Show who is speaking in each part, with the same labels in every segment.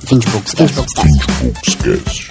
Speaker 1: 20 e poucos, 15 e poucos. tá?
Speaker 2: Esquece.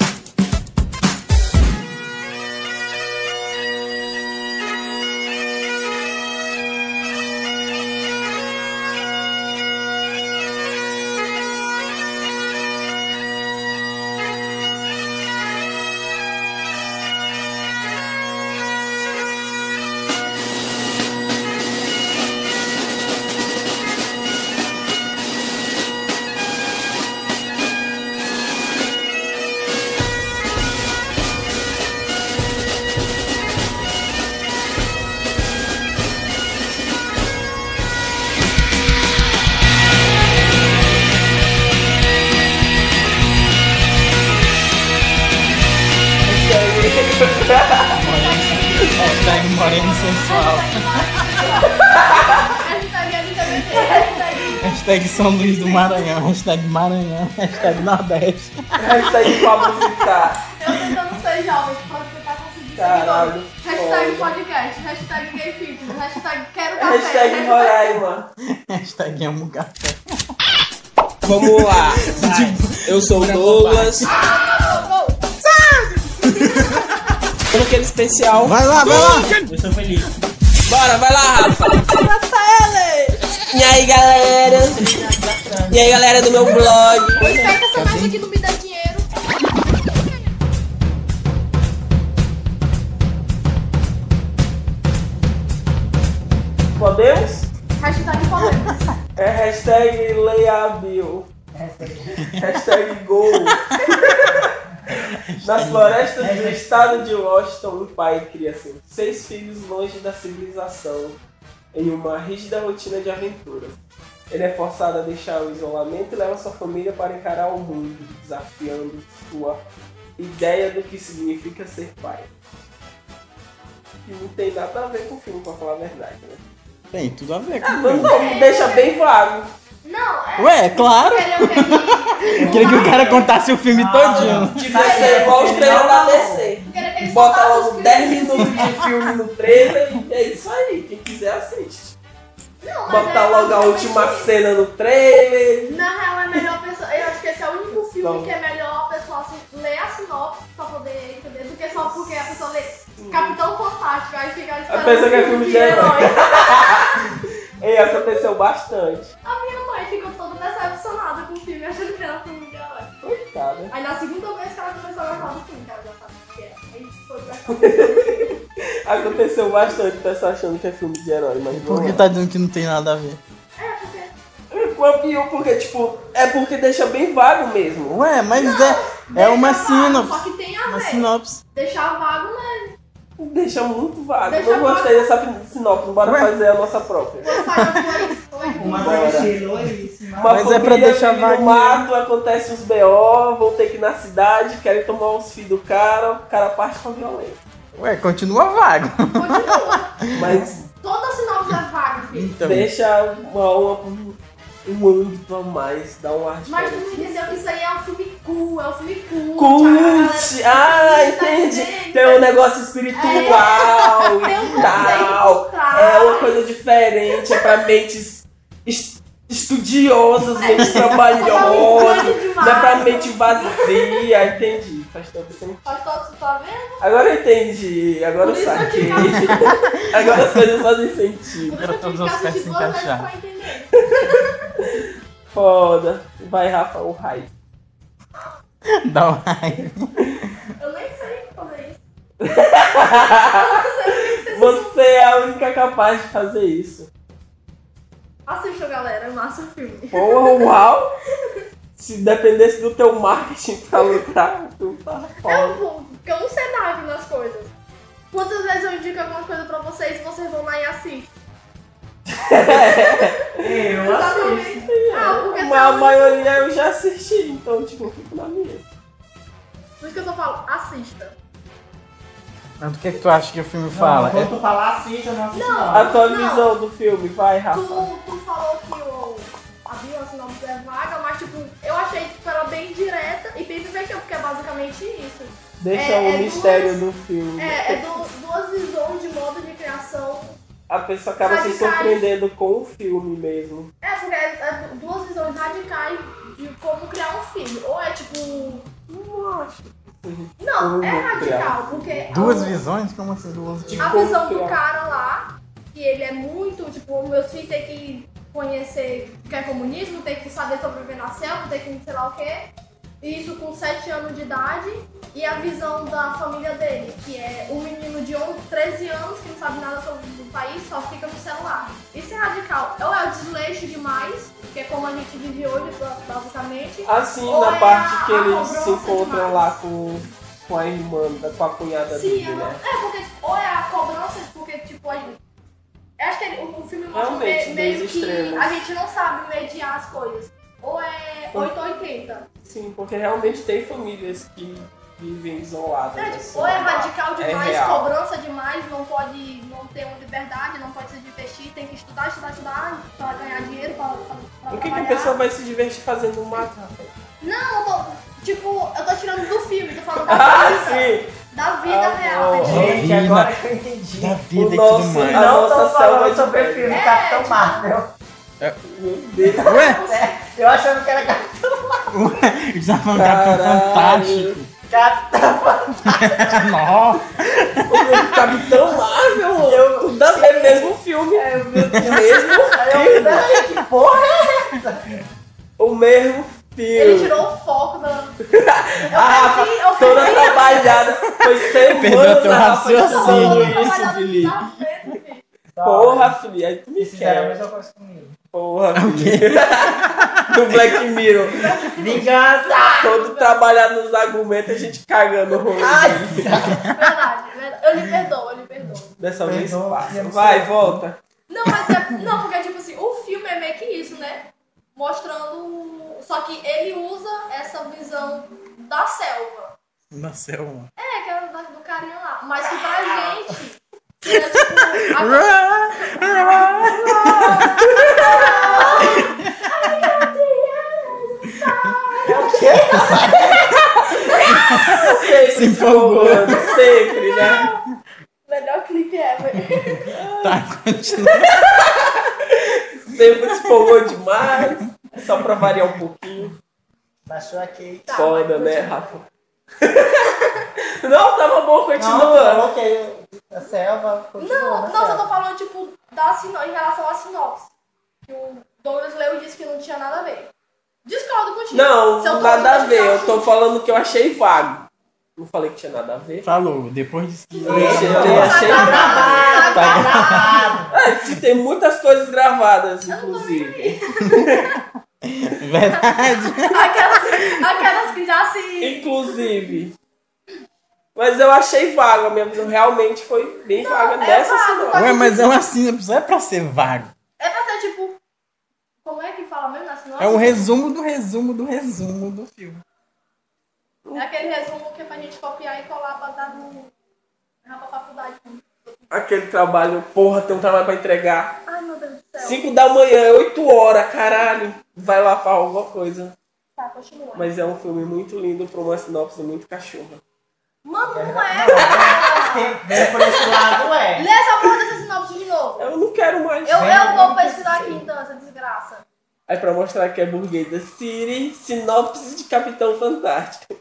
Speaker 3: Hashtag moreno sensual. Hashtag São Luís do Maranhão, hashtag Maranhão, hashtag Nordeste.
Speaker 4: Hashtag pra musicar.
Speaker 5: Eu tentando ser jovem, pode tentar conseguir ser
Speaker 4: Caralho,
Speaker 5: jovem. Hashtag
Speaker 4: foda.
Speaker 5: podcast, hashtag gay people, hashtag quero café.
Speaker 4: Hashtag Roraima.
Speaker 3: Hashtag amo café.
Speaker 4: Vamos lá. Eu sou o Douglas. Pelo aquele especial.
Speaker 1: Vai lá, vai lá!
Speaker 3: Eu sou feliz.
Speaker 4: Bora, vai lá, Rafa. E aí, galera? E aí, galera do meu blog?
Speaker 5: Respeita essa massa que não me dá dinheiro.
Speaker 4: Podemos?
Speaker 5: Hashtag polêmica.
Speaker 4: É hashtag leiabil. hashtag gol. Nas florestas do estado de Washington, um pai cria seus seis filhos longe da civilização, em uma rígida rotina de aventura. Ele é forçado a deixar o isolamento e leva sua família para encarar o mundo, desafiando sua ideia do que significa ser pai. Que não tem nada a ver com o filme, pra falar a verdade, né?
Speaker 3: Tem tudo a ver com
Speaker 4: Não,
Speaker 3: o filme.
Speaker 4: não, deixa bem vago.
Speaker 5: Não, é.
Speaker 3: Ué, é claro.
Speaker 5: Ele é o que
Speaker 3: Eu queria que o cara contasse o filme todinho.
Speaker 4: De DC, é igual os trailers da DC.
Speaker 5: ele
Speaker 4: Bota
Speaker 5: soltasse os
Speaker 4: logo 10
Speaker 5: filhos.
Speaker 4: minutos de filme no trailer e é isso aí. Quem quiser assiste.
Speaker 5: Não, mas
Speaker 4: Bota
Speaker 5: é
Speaker 4: logo a
Speaker 5: basicamente
Speaker 4: última
Speaker 5: isso.
Speaker 4: cena no trailer.
Speaker 5: Na real, é melhor a pessoa. Eu acho que esse é o único filme
Speaker 4: Não.
Speaker 5: que é melhor a pessoa assim, ler a sinopse pra poder entender do que só porque a pessoa lê Capitão Fantástico, aí fica esperando
Speaker 4: pessoa quer
Speaker 5: um
Speaker 4: é filme de
Speaker 5: herói.
Speaker 4: E aconteceu bastante.
Speaker 5: A minha mãe ficou toda decepcionada com o filme, achando que um era filme de herói.
Speaker 4: Coitada.
Speaker 5: Aí na segunda vez assim, que ela começou a gostar do filme, que ela já sabia o que era. Aí foi pra
Speaker 4: Aconteceu bastante pessoa achando que é filme de herói, mas
Speaker 3: Por
Speaker 4: não
Speaker 3: que
Speaker 4: é.
Speaker 3: tá dizendo que não tem nada a ver?
Speaker 5: É, porque.
Speaker 4: Vampiro, porque tipo, é porque deixa bem vago mesmo.
Speaker 3: Ué, mas é, é
Speaker 5: deixa
Speaker 3: uma
Speaker 5: vago, Só
Speaker 3: sinopse.
Speaker 5: que tem a
Speaker 3: Uma
Speaker 5: ver.
Speaker 3: sinopse.
Speaker 5: Deixar vago, né?
Speaker 4: Deixa muito vago.
Speaker 5: Deixa
Speaker 4: não gostei dessa sinopse, bora
Speaker 3: Ué.
Speaker 4: fazer a nossa própria.
Speaker 5: Você faz depois.
Speaker 4: Uma
Speaker 3: Mas é pra
Speaker 4: família
Speaker 3: deixar
Speaker 4: vive
Speaker 3: vaguinho.
Speaker 4: no mato, acontece os BO, vão ter que ir na cidade, querem tomar os filhos do cara, o cara parte com a violência.
Speaker 3: Ué, continua vago.
Speaker 5: Continua.
Speaker 4: Mas
Speaker 5: Toda sinopse é vaga, filho.
Speaker 3: Então,
Speaker 4: deixa uma, uma- um âmbito a mais, dá um ar de
Speaker 5: Mas tu me entendeu que isso aí é um filme cool, é um filme cool.
Speaker 4: Cult! Ah, entendi! Tem um negócio espiritual
Speaker 5: Tem um
Speaker 4: e tal.
Speaker 5: conceito atrás.
Speaker 4: É uma coisa diferente, é pra mentes es- estudiosas, mentes trabalhosas. Não é pra mente vazia, entendi. Faz todo sentido.
Speaker 5: Pastor, tu tá vendo?
Speaker 4: Agora eu entendi, agora eu
Speaker 5: Por isso tá- eu
Speaker 4: saquei.
Speaker 5: te
Speaker 4: agora as coisas fazem sentido.
Speaker 5: Por isso que eu
Speaker 3: todos
Speaker 5: tive
Speaker 3: os
Speaker 5: que assistir
Speaker 3: pés se
Speaker 5: duas vezes
Speaker 3: encaixar.
Speaker 5: pra entender.
Speaker 4: Foda. Vai, Rafa, o raio.
Speaker 3: dá um raio.
Speaker 5: Eu nem sei fazer isso.
Speaker 4: Você é a única capaz de fazer isso.
Speaker 5: Assistam, galera, é massa o filme.
Speaker 4: Porra, uau! Se dependesse do teu marketing pra lucrar, tu tá
Speaker 5: Eu
Speaker 4: foda.
Speaker 5: vou, É um porque eu não sei nada nas coisas. Quantas vezes eu indico alguma coisa pra vocês e vocês vão lá e assistem?
Speaker 4: Eu é.
Speaker 5: assisto. Ah, porque
Speaker 4: Mas a
Speaker 5: tá-
Speaker 4: maioria eu já assisti, então, tipo, eu fico na minha.
Speaker 5: Por isso que eu só falo, assista.
Speaker 3: Mas do que, que tu acha que o filme fala? É-
Speaker 6: Quando tu falar assim, eu não assisto. Não.
Speaker 4: A tua
Speaker 5: Ah, Não.
Speaker 4: visão do filme, vai, Rafa.
Speaker 5: Tu, tu falou que o, a Beyoncé não é vaga, mas tipo, eu achei que tipo, ela bem direta e bem divertida, porque é basicamente isso.
Speaker 4: Deixa
Speaker 5: É-
Speaker 4: o
Speaker 5: é
Speaker 4: mistério
Speaker 5: duas-
Speaker 4: do filme.
Speaker 5: É, é
Speaker 4: Uhum.
Speaker 5: du- duas visões de modo de criação.
Speaker 4: A pessoa acaba se
Speaker 5: radicais.
Speaker 4: surpreendendo com o filme mesmo.
Speaker 5: É, porque é, é du- duas visões radicais de como criar um filho. Ou é tipo.
Speaker 4: Não acho.
Speaker 5: Não,
Speaker 4: Uhum. Como
Speaker 5: é radical,
Speaker 4: criar. um
Speaker 5: porque.
Speaker 3: Duas
Speaker 5: a-
Speaker 3: visões? Como assim? Duas
Speaker 5: A
Speaker 4: Como
Speaker 5: visão do
Speaker 4: criar.
Speaker 5: cara lá, que ele é muito, tipo, meu filho tem que conhecer o que é comunismo, tem que saber sobreviver na selva, tem que sei lá o quê. E Isso com 7 anos de idade. E a visão da família dele, que é um menino de 11, 13 anos que não sabe nada sobre o país, só fica no celular. Isso é radical. Ou é o desleixo demais, que é como a gente vive hoje, ba- basicamente.
Speaker 4: Assim,
Speaker 5: Ou
Speaker 4: na
Speaker 5: é
Speaker 4: parte
Speaker 5: a-
Speaker 4: que
Speaker 5: a
Speaker 4: eles
Speaker 5: cobrança
Speaker 4: se encontram
Speaker 5: demais.
Speaker 4: lá com, com a irmã, da- com a cunhada
Speaker 5: Sim,
Speaker 4: dele,
Speaker 5: eu não-
Speaker 4: né?
Speaker 5: é porque tipo, ou é a cobrança, porque tipo, a gente, eu acho que ele- o, o filme mostra
Speaker 4: Realmente,
Speaker 5: me- meio
Speaker 4: dois
Speaker 5: que
Speaker 4: extremos.
Speaker 5: a gente não sabe mediar as coisas. Ou é 880.
Speaker 4: Sim, porque realmente tem famílias que vivem isoladas.
Speaker 5: É, tipo,
Speaker 4: assim,
Speaker 5: ou é
Speaker 4: lá.
Speaker 5: radical
Speaker 4: É
Speaker 5: demais,
Speaker 4: real.
Speaker 5: cobrança demais, não pode não ter uma liberdade, não pode se divertir, tem que estudar, estudar, estudar pra ganhar dinheiro, pra, pra, pra
Speaker 4: O que, que a
Speaker 5: trabalhar.
Speaker 4: pessoa vai se divertir fazendo mata?
Speaker 5: Não, eu tô, tipo, eu tô tirando do filme, tô falando da
Speaker 4: Ah,
Speaker 5: vida,
Speaker 4: sim!
Speaker 5: da vida
Speaker 4: Ah,
Speaker 5: real. tá
Speaker 4: bom.
Speaker 5: entendeu?
Speaker 6: Gente, agora eu entendi.
Speaker 3: da
Speaker 4: O
Speaker 3: vida e tudo
Speaker 4: nosso, a
Speaker 3: mais.
Speaker 6: Não
Speaker 4: nossa
Speaker 6: tô
Speaker 4: selva
Speaker 6: falando
Speaker 4: de
Speaker 6: sobre o
Speaker 4: velho.
Speaker 6: filme
Speaker 5: É,
Speaker 6: Capitão
Speaker 5: tipo-
Speaker 6: Marvel.
Speaker 4: Meu Deus,
Speaker 3: Ué,
Speaker 6: né? Eu achando que era Cap-
Speaker 3: ué, já foi um Capitão
Speaker 4: Caralho.
Speaker 3: Fantástico.
Speaker 6: Capitão
Speaker 3: Nossa,
Speaker 4: o Capitão Marvel!
Speaker 6: Eu-
Speaker 4: o da é mesmo filme,
Speaker 6: É, meu Deus.
Speaker 4: mesmo,
Speaker 6: Aí eu, peraí, que porra é
Speaker 4: o mesmo
Speaker 5: Ele
Speaker 4: filme.
Speaker 5: tirou o foco da. Eu
Speaker 4: Ah,
Speaker 5: perdi, eu
Speaker 4: Toda
Speaker 5: perdi
Speaker 4: trabalhada, foi ser
Speaker 3: Perdeu
Speaker 4: humano
Speaker 3: teu
Speaker 4: na rapaziada.
Speaker 3: raciocínio.
Speaker 4: é Isso, Felipe.
Speaker 5: Felipe.
Speaker 6: essa?
Speaker 4: assim, Porra, filho, aí tu me
Speaker 6: Vocês fizeram a
Speaker 4: quer.
Speaker 6: mesma coisa comigo.
Speaker 4: Porra, filho. Do Black Mirror.
Speaker 6: Vingança!
Speaker 4: Todo trabalhado nos argumentos, a gente cagando o rolê.
Speaker 5: Verdade, verdade. Eu lhe perdoo, eu lhe perdoo.
Speaker 4: Dessa vez
Speaker 6: Perdão,
Speaker 4: passa.
Speaker 6: eu
Speaker 4: Vai,
Speaker 6: sei.
Speaker 4: volta.
Speaker 5: Não, mas é. Não, porque tipo assim, o filme é meio que isso, né? Mostrando. Só que ele usa essa visão da selva.
Speaker 3: nasceu uma.
Speaker 5: É, que era da- do carinha lá. Mas que pra gente. seria, tipo, a-
Speaker 4: Sempre
Speaker 3: Se empolgou.
Speaker 4: empolgando, Sempre, né?
Speaker 5: Melhor clipe ever.
Speaker 3: Tá, continua.
Speaker 4: Sempre se empolgou demais. Só pra variar um pouquinho.
Speaker 6: Baixou a Kate.
Speaker 5: Tá,
Speaker 4: Foda,
Speaker 5: vai,
Speaker 4: né,
Speaker 5: continua.
Speaker 4: Rafa? Não, tava bom, continua.
Speaker 6: Não, tá ok. A selva. continua
Speaker 5: Não, não,
Speaker 6: na
Speaker 5: eu
Speaker 6: selva.
Speaker 5: tô falando, tipo, da sino... em relação à sinopse. Que o Douglas leu e disse que não tinha nada a ver. Discordo contigo.
Speaker 4: Não,
Speaker 5: Se eu tô
Speaker 4: nada a
Speaker 5: lendo,
Speaker 4: ver.
Speaker 5: eu
Speaker 4: Eu tô falando que eu achei vago. Não falei que tinha nada a ver.
Speaker 3: Falou, depois disso que
Speaker 4: Eu achei, eu
Speaker 5: Tá
Speaker 4: achei vago.
Speaker 5: gravado, tá
Speaker 3: Tá
Speaker 5: gravado.
Speaker 4: Tem muitas coisas gravadas,
Speaker 5: Eu não tô nem
Speaker 4: inclusive.
Speaker 5: aí.
Speaker 3: Verdade.
Speaker 5: Aquelas, aquelas que já assim, se.
Speaker 4: Inclusive. Mas eu achei vaga, minha visão realmente foi bem vaga
Speaker 5: é
Speaker 4: dessa
Speaker 5: vago,
Speaker 4: sinopse.
Speaker 3: Ué, mas é uma sinopse, não é pra ser vago.
Speaker 5: É pra ser tipo. Como é que fala mesmo na sinopse?
Speaker 3: É o resumo do resumo do resumo do filme.
Speaker 5: É aquele resumo que é pra gente copiar e colar pra dar no. na pra faculdade.
Speaker 4: Aquele trabalho, porra, tem um trabalho pra entregar.
Speaker 5: Ai meu Deus do céu.
Speaker 4: 5 da manhã, 8 horas, caralho. Vai lá falar alguma coisa.
Speaker 5: Tá, continua.
Speaker 4: Mas é um filme muito lindo pra uma sinopse muito cachorra.
Speaker 5: Mano, não é.
Speaker 6: Quem vem por esse lado é.
Speaker 5: Lê essa porra dessa sinopse de novo.
Speaker 4: Eu não quero mais.
Speaker 5: Eu, eu vou pesquisar aqui então essa desgraça.
Speaker 4: Aí pra mostrar que é burguesa City, sinopse de Capitão Fantástico.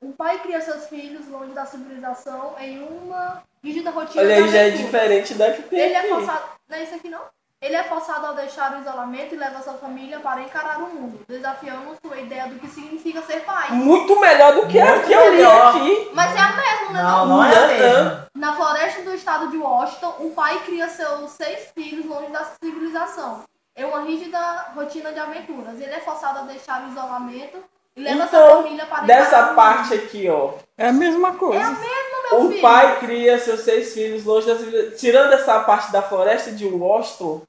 Speaker 5: O Um pai cria seus filhos longe da civilização em uma rígida rotina.
Speaker 4: Olha aí,
Speaker 5: da
Speaker 4: já é
Speaker 5: aventura.
Speaker 4: diferente da que tem
Speaker 5: Ele é
Speaker 4: aqui.
Speaker 5: forçado. Não é isso aqui não? Ele é forçado a deixar o isolamento e leva sua família para encarar o mundo, desafiando sua ideia do que significa ser pai.
Speaker 4: Muito melhor do que a
Speaker 6: Muito
Speaker 4: que eu li
Speaker 6: melhor.
Speaker 4: aqui.
Speaker 5: Mas é a mesma, né?
Speaker 6: Não, não é a mesma.
Speaker 5: Na floresta do estado de Washington, o pai cria seus seis filhos longe da civilização. É uma rígida rotina de aventuras. Ele é forçado a deixar o isolamento e leva sua
Speaker 4: Então,
Speaker 5: família para encarar
Speaker 4: Dessa
Speaker 5: o
Speaker 4: parte aqui, ó.
Speaker 3: É a mesma
Speaker 5: mundo. É a
Speaker 3: coisa.
Speaker 5: mesma, meu
Speaker 4: O
Speaker 5: filho.
Speaker 4: pai cria seus seis filhos longe da civilização. Tirando essa parte da floresta de Washington,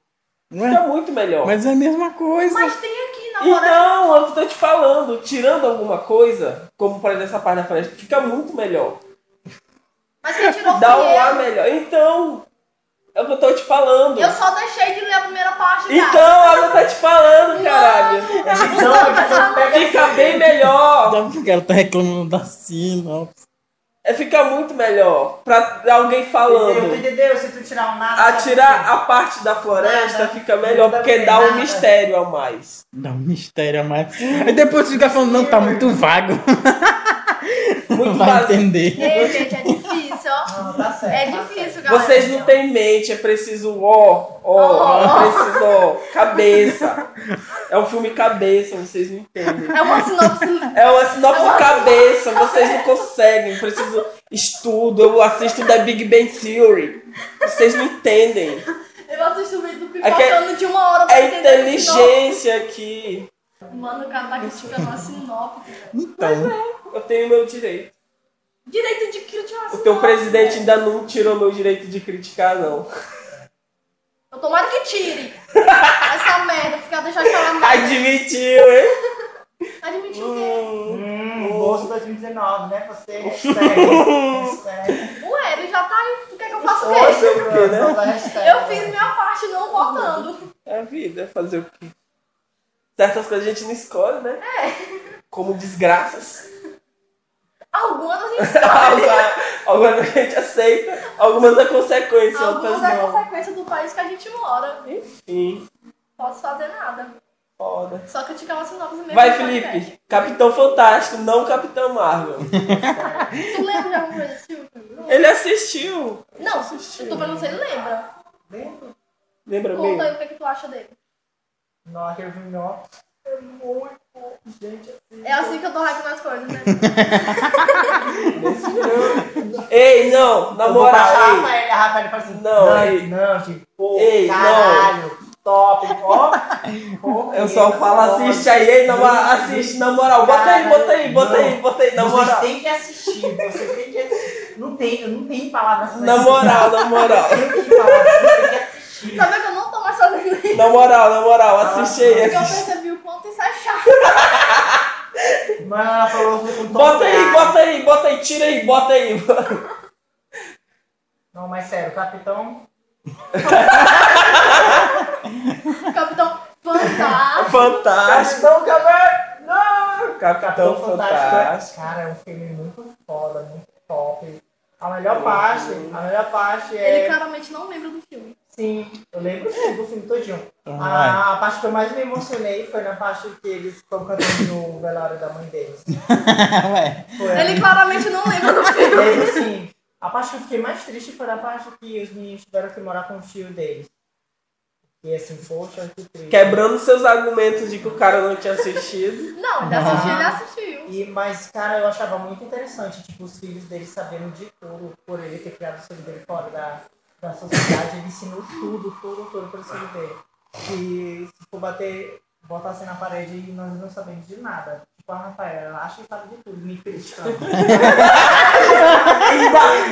Speaker 3: Não
Speaker 4: fica
Speaker 3: é?
Speaker 4: muito melhor.
Speaker 3: Mas é a mesma coisa.
Speaker 5: Mas tem aqui na floresta.
Speaker 4: Então, eu tô te falando, tirando alguma coisa, como por exemplo essa parte da floresta, fica muito melhor.
Speaker 5: Mas quem tirou
Speaker 4: Dá
Speaker 5: fui
Speaker 4: um ar
Speaker 5: eu.
Speaker 4: melhor. Então, é o que eu tô te falando.
Speaker 5: Eu só deixei de ler a primeira parte, cara.
Speaker 4: Então, é o que eu tô te falando, caralho.
Speaker 6: Então, a pessoa pega
Speaker 4: Fica bem melhor.
Speaker 3: Então, porque ela tá reclamando da sinopse.
Speaker 4: É, fica muito melhor pra alguém
Speaker 6: Entendeu?
Speaker 4: falando.
Speaker 6: Entendeu? Se tu tirar um nada. sabe
Speaker 4: Atirar
Speaker 6: por
Speaker 4: a parte da floresta
Speaker 6: Nada.
Speaker 4: fica melhor,
Speaker 6: Nada
Speaker 4: porque
Speaker 6: bem,
Speaker 4: dá um
Speaker 6: nada.
Speaker 4: mistério a mais.
Speaker 3: Dá um mistério a mais. Aí depois fica falando, não, tá muito vago.
Speaker 4: Muito
Speaker 3: Não vai
Speaker 4: base-
Speaker 3: entender.
Speaker 5: Ei, gente, é difícil,
Speaker 6: quê?
Speaker 5: ó.
Speaker 6: Não, tá certo.
Speaker 5: É
Speaker 6: tá
Speaker 5: difícil, galera.
Speaker 4: Vocês não têm mente, é preciso ó, ó,
Speaker 5: Ó.
Speaker 4: é preciso ó, cabeça. É um filme cabeça, vocês não entendem.
Speaker 5: É uma sinopse.
Speaker 4: É uma sinopse cabeça, vocês não conseguem, preciso estudo, eu assisto da Big Bang Theory. Vocês não entendem.
Speaker 5: Eu assisto o vídeo do
Speaker 4: É que é-
Speaker 5: pipocando de uma hora pra
Speaker 4: É
Speaker 5: entender a sinopse.
Speaker 4: inteligência aqui.
Speaker 5: Mano, o cara tá criticando a sinopse, velho.
Speaker 3: Então,
Speaker 4: Eu tenho meu direito.
Speaker 5: Direito de criticar a
Speaker 4: O
Speaker 5: sinopse. né?
Speaker 4: teu presidente
Speaker 5: velho.
Speaker 4: ainda não tirou meu direito de criticar, não.
Speaker 5: Eu tomara que tire. Essa merda, ficar deixando aquela merda.
Speaker 4: Admitiu, hein?
Speaker 5: Admitir o quê?
Speaker 4: Hum.
Speaker 6: Hum, bolso 2019, né? Você hashtag.
Speaker 5: Ué, ele já tá aí. O que é que eu faço com ele?
Speaker 4: Fazer o quê,
Speaker 6: Então
Speaker 4: né?
Speaker 5: Eu fiz minha parte não votando.
Speaker 4: É a vida, fazer o quê? Certas coisas a gente não escolhe, né? É. Como desgraças.
Speaker 5: Algumas a gente
Speaker 4: Alguma- algumas a gente aceita, algumas é consequência, outras
Speaker 5: Algumas é
Speaker 4: não.
Speaker 5: consequência do país que a gente mora.
Speaker 4: Sim,
Speaker 5: Posso fazer nada.
Speaker 4: foda.
Speaker 5: Só criticar uma sinopse mesmo.
Speaker 4: Vai,
Speaker 5: no podcast.
Speaker 4: Felipe. Capitão Fantástico, não Capitão Marvel.
Speaker 5: Tu lembra de alguma coisa desse filme?
Speaker 4: Ele assistiu.
Speaker 5: Não, eu tô perguntando se ele lembra.
Speaker 4: Lembra
Speaker 5: Conta
Speaker 4: bem?
Speaker 5: aí o que, é que tu acha dele.
Speaker 6: Não, aquele filme não.
Speaker 5: É assim que eu tô hype nas coisas, né?
Speaker 4: Ei, não, na
Speaker 6: Eu vou pra
Speaker 4: moral. ei.
Speaker 6: Rafael, a Rafael fala assim,
Speaker 4: Não,
Speaker 6: não,
Speaker 4: ei.
Speaker 6: não, tipo, pô,
Speaker 4: Ei,
Speaker 6: caralho, top, ó. Pô,
Speaker 4: Eu só
Speaker 6: meu,
Speaker 4: falo, assim,
Speaker 6: top.
Speaker 4: assiste aí, ei, na moral, assiste, na moral. Bota aí, bota aí, bota aí, bota aí, na
Speaker 6: Vocês
Speaker 4: moral.
Speaker 6: têm que assistir, vocês têm que assistir. Não tem, não tem palavras pra
Speaker 4: Na
Speaker 6: isso.
Speaker 4: moral, na moral.
Speaker 6: Não tem palavras, vocês têm que assistir.
Speaker 5: Sabe Tá que eu não tô mais sabendo isso?
Speaker 4: Na moral, na moral, assiste aí,
Speaker 5: Porque eu
Speaker 4: assiste.
Speaker 5: percebi o quanto isso é chato.
Speaker 6: Mano, ela falou com tom
Speaker 4: Bota aí,
Speaker 6: grave.
Speaker 4: bota aí, bota aí, tira aí, bota aí.
Speaker 6: Não, mas sério, Capitão...
Speaker 5: Capitão Fantástico.
Speaker 4: Fantástico.
Speaker 6: Capitão Não!
Speaker 4: Capitão Fantástico.
Speaker 6: Cara, é um filme muito foda, muito top. A melhor parte, a melhor parte é...
Speaker 5: Ele claramente não lembra do filme.
Speaker 6: Sim, eu lembro sim do filme todinho.
Speaker 3: então vai.
Speaker 6: A, a parte que eu mais me emocionei foi na parte que eles estão cantando no velório da mãe deles.
Speaker 3: Ué,
Speaker 6: Foi a-
Speaker 5: Ele claramente não lembra do filme.
Speaker 6: Mas assim, a parte que eu fiquei mais triste foi na parte que os meninos tiveram que morar com o tio deles. E assim, poxa, que triste.
Speaker 4: Quebrando seus argumentos de que o cara não tinha assistido.
Speaker 5: Não, ele assistiu, ele assistiu.
Speaker 6: E, mas, cara, eu achava muito interessante, tipo, os filhos dele sabendo de tudo, por ele ter criado o filho dele fora da, da sociedade, ele ensinou tudo, tudo, tudo pro filho dele. E se for bater, botar assim na parede e nós não sabemos de nada. Tipo, a Rafaela, ela acha que sabe de tudo, me criticando.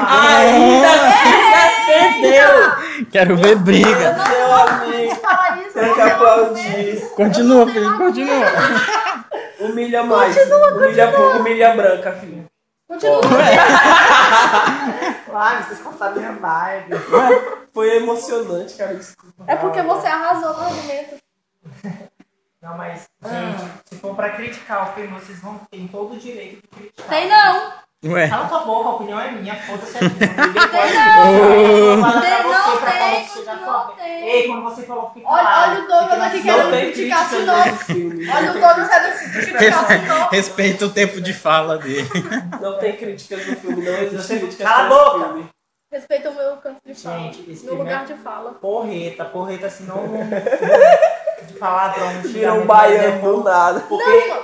Speaker 4: Ah, Ainda assim, defendeu.
Speaker 3: É. quero ver briga.
Speaker 4: Meu amigo,
Speaker 5: Falar isso,
Speaker 4: tem É que
Speaker 5: não
Speaker 4: aplaudir.
Speaker 3: Continua, Felipe, continua.
Speaker 4: Humilha mais. Humilha pouco, humilha branca, filho.
Speaker 5: Continua.
Speaker 6: Claro, vocês cortaram minha vibe.
Speaker 4: Foi emocionante, cara. isso.
Speaker 5: É porque você arrasou no argumento.
Speaker 6: Não, mas, gente, se for pra criticar o filme, vocês vão ter todo o direito de criticar.
Speaker 5: Tem não.
Speaker 3: Ué,
Speaker 6: Cala tua boca, a opinião é minha, foda-se a minha. Ninguém pode
Speaker 3: não.
Speaker 6: Eu vou falar pra
Speaker 5: Tem, não
Speaker 6: você, pra falar
Speaker 5: tem,
Speaker 6: que você já
Speaker 5: não
Speaker 6: falou.
Speaker 5: tem.
Speaker 6: Ei, quando você falou, fica
Speaker 5: Olha-
Speaker 6: calado.
Speaker 5: olha o Douglas
Speaker 6: Fica na
Speaker 5: aqui
Speaker 6: sua-
Speaker 5: querendo
Speaker 4: Não tem
Speaker 5: criticar
Speaker 4: crítica
Speaker 5: sinopse.
Speaker 4: nesse filme.
Speaker 5: Olha o Douglas é desse tipo.
Speaker 3: respeita o tempo de fala dele.
Speaker 4: Não tem críticas no filme, não existe
Speaker 6: Você-
Speaker 4: críticas
Speaker 6: Cala a
Speaker 4: nesse
Speaker 6: boca.
Speaker 4: filme.
Speaker 5: Respeita o meu canto de fala.
Speaker 6: Gente, esse
Speaker 5: Meu
Speaker 6: filme é
Speaker 5: lugar de fala.
Speaker 6: Porreta, porreta, assim, não... De palavrão.
Speaker 4: Vira
Speaker 6: de
Speaker 4: um
Speaker 6: xingamento,
Speaker 4: baiano
Speaker 6: mas é bom.
Speaker 4: do nada.
Speaker 6: Porque,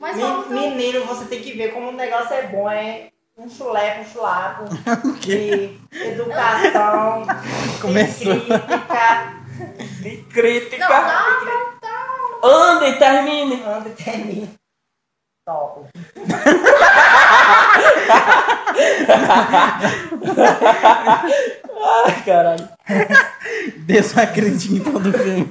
Speaker 5: Mas
Speaker 6: men-
Speaker 5: fala o teu.
Speaker 6: menino, você tem que ver como o negócio é bom, é... Um chulé, um chulaco, de educação, de
Speaker 3: Começou.
Speaker 6: crítica,
Speaker 4: De
Speaker 5: um- Não,
Speaker 4: crítica.
Speaker 5: dá.
Speaker 4: Anda e termine.
Speaker 6: anda até mim. Top.
Speaker 4: Ai, caralho.
Speaker 3: Dê sua crítica em todo filme.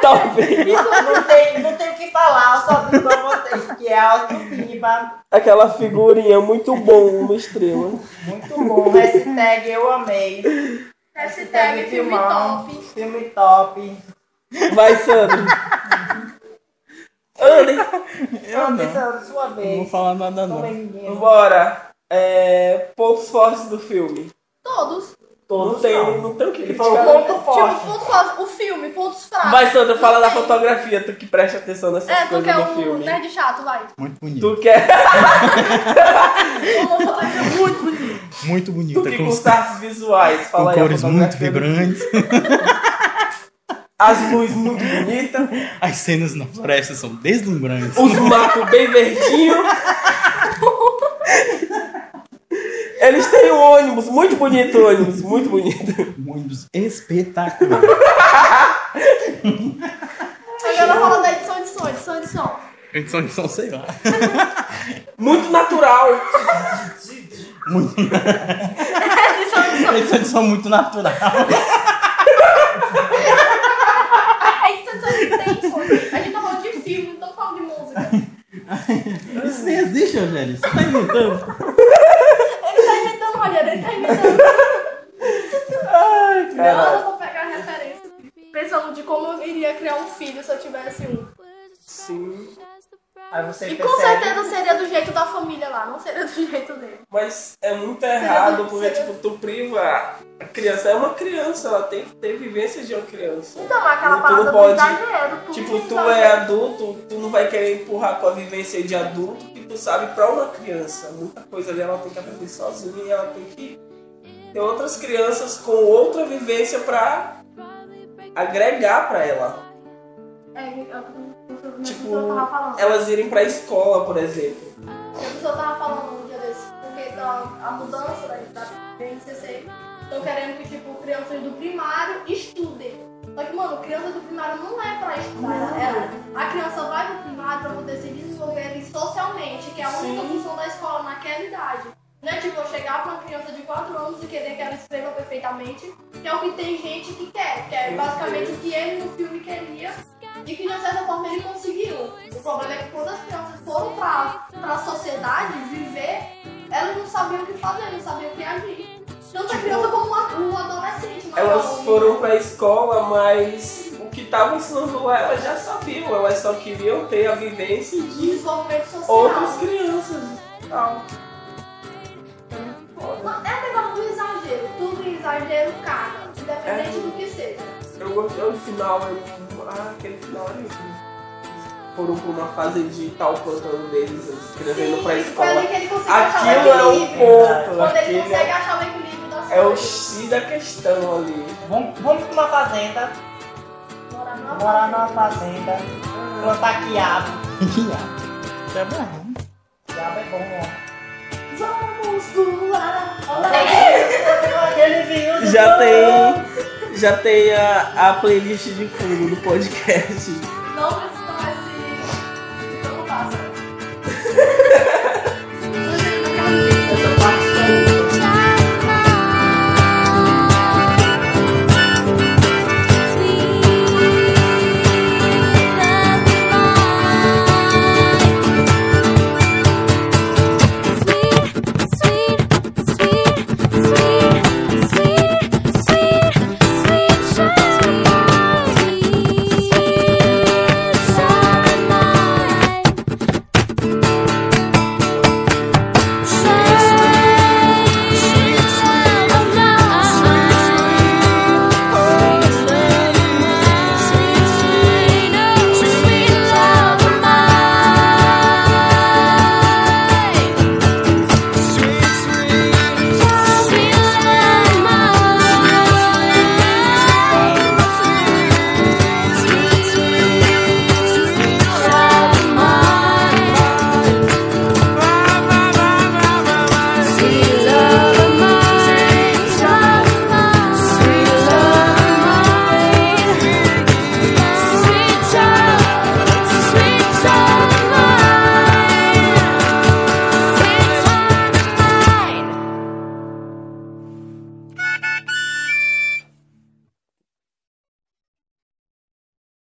Speaker 4: Talvez.
Speaker 6: Não tem, não tem o que falar, eu só digo pra vocês que é autoestima,
Speaker 4: Aquela figurinha muito bom, uma estrela.
Speaker 6: muito bom. Hashtag eu amei.
Speaker 5: Hashtag filme
Speaker 6: filmão,
Speaker 5: top.
Speaker 6: Filme top.
Speaker 4: Vai, Sandro. Andem.
Speaker 3: Eu não.
Speaker 6: Pensando, sua
Speaker 3: Não vou
Speaker 6: vez.
Speaker 3: falar nada,
Speaker 6: Não é
Speaker 3: não.
Speaker 6: menino.
Speaker 4: Bora. É, pontos fortes do filme.
Speaker 5: Todos.
Speaker 4: Não
Speaker 6: Todos
Speaker 4: tem,
Speaker 6: não.
Speaker 4: não tem o que
Speaker 6: Ele falou
Speaker 4: criticar.
Speaker 6: ponto
Speaker 5: Tipo,
Speaker 6: forte.
Speaker 5: pontos fortes, o filme, pontos fracos.
Speaker 4: Vai, Sandra, fala da
Speaker 5: Não tem.
Speaker 4: fotografia, tu que presta atenção nessas
Speaker 5: É, tu
Speaker 4: coisas
Speaker 5: quer
Speaker 4: do
Speaker 5: um
Speaker 4: filme.
Speaker 5: nerd chato, vai.
Speaker 3: Muito bonito.
Speaker 4: Tu é, quer.
Speaker 5: Uma fotografia um muito bonita.
Speaker 3: Muito É
Speaker 4: Tu
Speaker 3: bonita.
Speaker 4: que
Speaker 3: Com,
Speaker 4: curte artes visuais,
Speaker 3: com
Speaker 4: fala aí a
Speaker 3: cores muito
Speaker 4: fotografia do
Speaker 3: vibrantes.
Speaker 4: As luzes muito bonitas,
Speaker 3: As cenas na floresta são deslumbrantes.
Speaker 4: os matos bem verdinhos. Eles têm um ônibus, muito bonito o ônibus, muito bonito.
Speaker 3: Um ônibus espetacular.
Speaker 5: Agora fala da edição de som, edição de som.
Speaker 3: Edição de som, sei lá.
Speaker 4: Muito natural.
Speaker 5: É, edição de som.
Speaker 3: Edição de som muito natural.
Speaker 5: A É, edição de som tem som. A gente tá falando de filme, não tô falando de música.
Speaker 3: Isso nem existe, Rogério. Você tá inventando.
Speaker 5: Ele tá imitando, Rogério, ele tá imitando.
Speaker 4: Ai,
Speaker 5: Não, eu
Speaker 4: cara.
Speaker 5: vou pegar a referência. Pensando de como eu iria criar um filho se eu tivesse um.
Speaker 4: Sim,
Speaker 6: Aí você
Speaker 5: E com
Speaker 6: percebe-
Speaker 5: certeza seria do jeito da família lá, não seria do jeito dele.
Speaker 4: mas é muito errado
Speaker 5: muito
Speaker 4: porque,
Speaker 5: cedo.
Speaker 4: tipo, tu priva a criança. É uma criança, ela tem que ter vivências de uma criança.
Speaker 5: Então, aquela
Speaker 4: Tu
Speaker 5: parada
Speaker 4: não
Speaker 5: do
Speaker 4: pode-
Speaker 5: exagero. tudo
Speaker 4: Tipo, tu
Speaker 5: exagero.
Speaker 4: é adulto, tu não vai querer empurrar com a vivência de adulto que tu sabe pra uma criança. Muita coisa ali ela tem que aprender sozinha e ela tem que ter outras crianças com outra vivência pra agregar pra ela.
Speaker 5: É, eu- eu- eu-
Speaker 4: Tipo,
Speaker 5: eu tava falando.
Speaker 4: Elas irem pra escola, por exemplo.
Speaker 5: Eu só tava falando um dia desse, porque da, a mudança da, da BNCC, estão querendo que, tipo, crianças do primário estudem. Só que, mano, criança do primário não é pra estudar. Ela, a criança vai pro primário pra poder se desenvolver socialmente, que é a única
Speaker 4: Sim.
Speaker 5: função da escola naquela idade. Não é tipo eu chegar pra uma criança de 4 anos e querer que ela escreva perfeitamente, que é o que tem gente que quer, que é
Speaker 4: Meu
Speaker 5: basicamente
Speaker 4: Deus.
Speaker 5: o que ele no filme queria e que de uma certa forma ele conseguiu. O problema é que quando as crianças foram pra, pra sociedade viver, elas não sabiam o que fazer, não sabiam o que agir. Tanto a criança como a- o adolescente, mas
Speaker 4: Tipo, Elas foram pra escola, mas o que tava ensinando lá elas já sabiam. Elas só queriam ter a vivência de
Speaker 5: desenvolvimento social.
Speaker 4: outras crianças e tal. É muito foda.
Speaker 5: Não, é negócio do exagero, tudo em exagero caga, independente
Speaker 4: É.
Speaker 5: do que seja.
Speaker 4: Eu gostei do final, eu... ah, aquele final ali. que Foram pra um, uma fase de tal plantão deles, eles escrevendo Tá pra
Speaker 5: foi ali
Speaker 4: escola.
Speaker 5: que ele conseguiu achar
Speaker 4: Aquilo é
Speaker 5: o
Speaker 4: o
Speaker 5: equilíbrio.
Speaker 4: ponto,
Speaker 5: Quando ele
Speaker 4: aquilo
Speaker 5: consegue
Speaker 4: é,
Speaker 5: achar o equilíbrio das
Speaker 4: é o
Speaker 5: coisas.
Speaker 4: X da questão ali.
Speaker 6: Vamos, vamos pra uma fazenda,
Speaker 5: Morar numa
Speaker 6: morar numa
Speaker 5: fazenda.
Speaker 6: fazenda, plantar quiabo.
Speaker 3: Tá bom.
Speaker 6: Quiabo é bom,
Speaker 5: Vamos voar.
Speaker 6: ó. Aquele vinho do
Speaker 4: Já
Speaker 6: bom.
Speaker 4: tem, já tem a, a playlist de fundo do podcast.
Speaker 5: Não precisa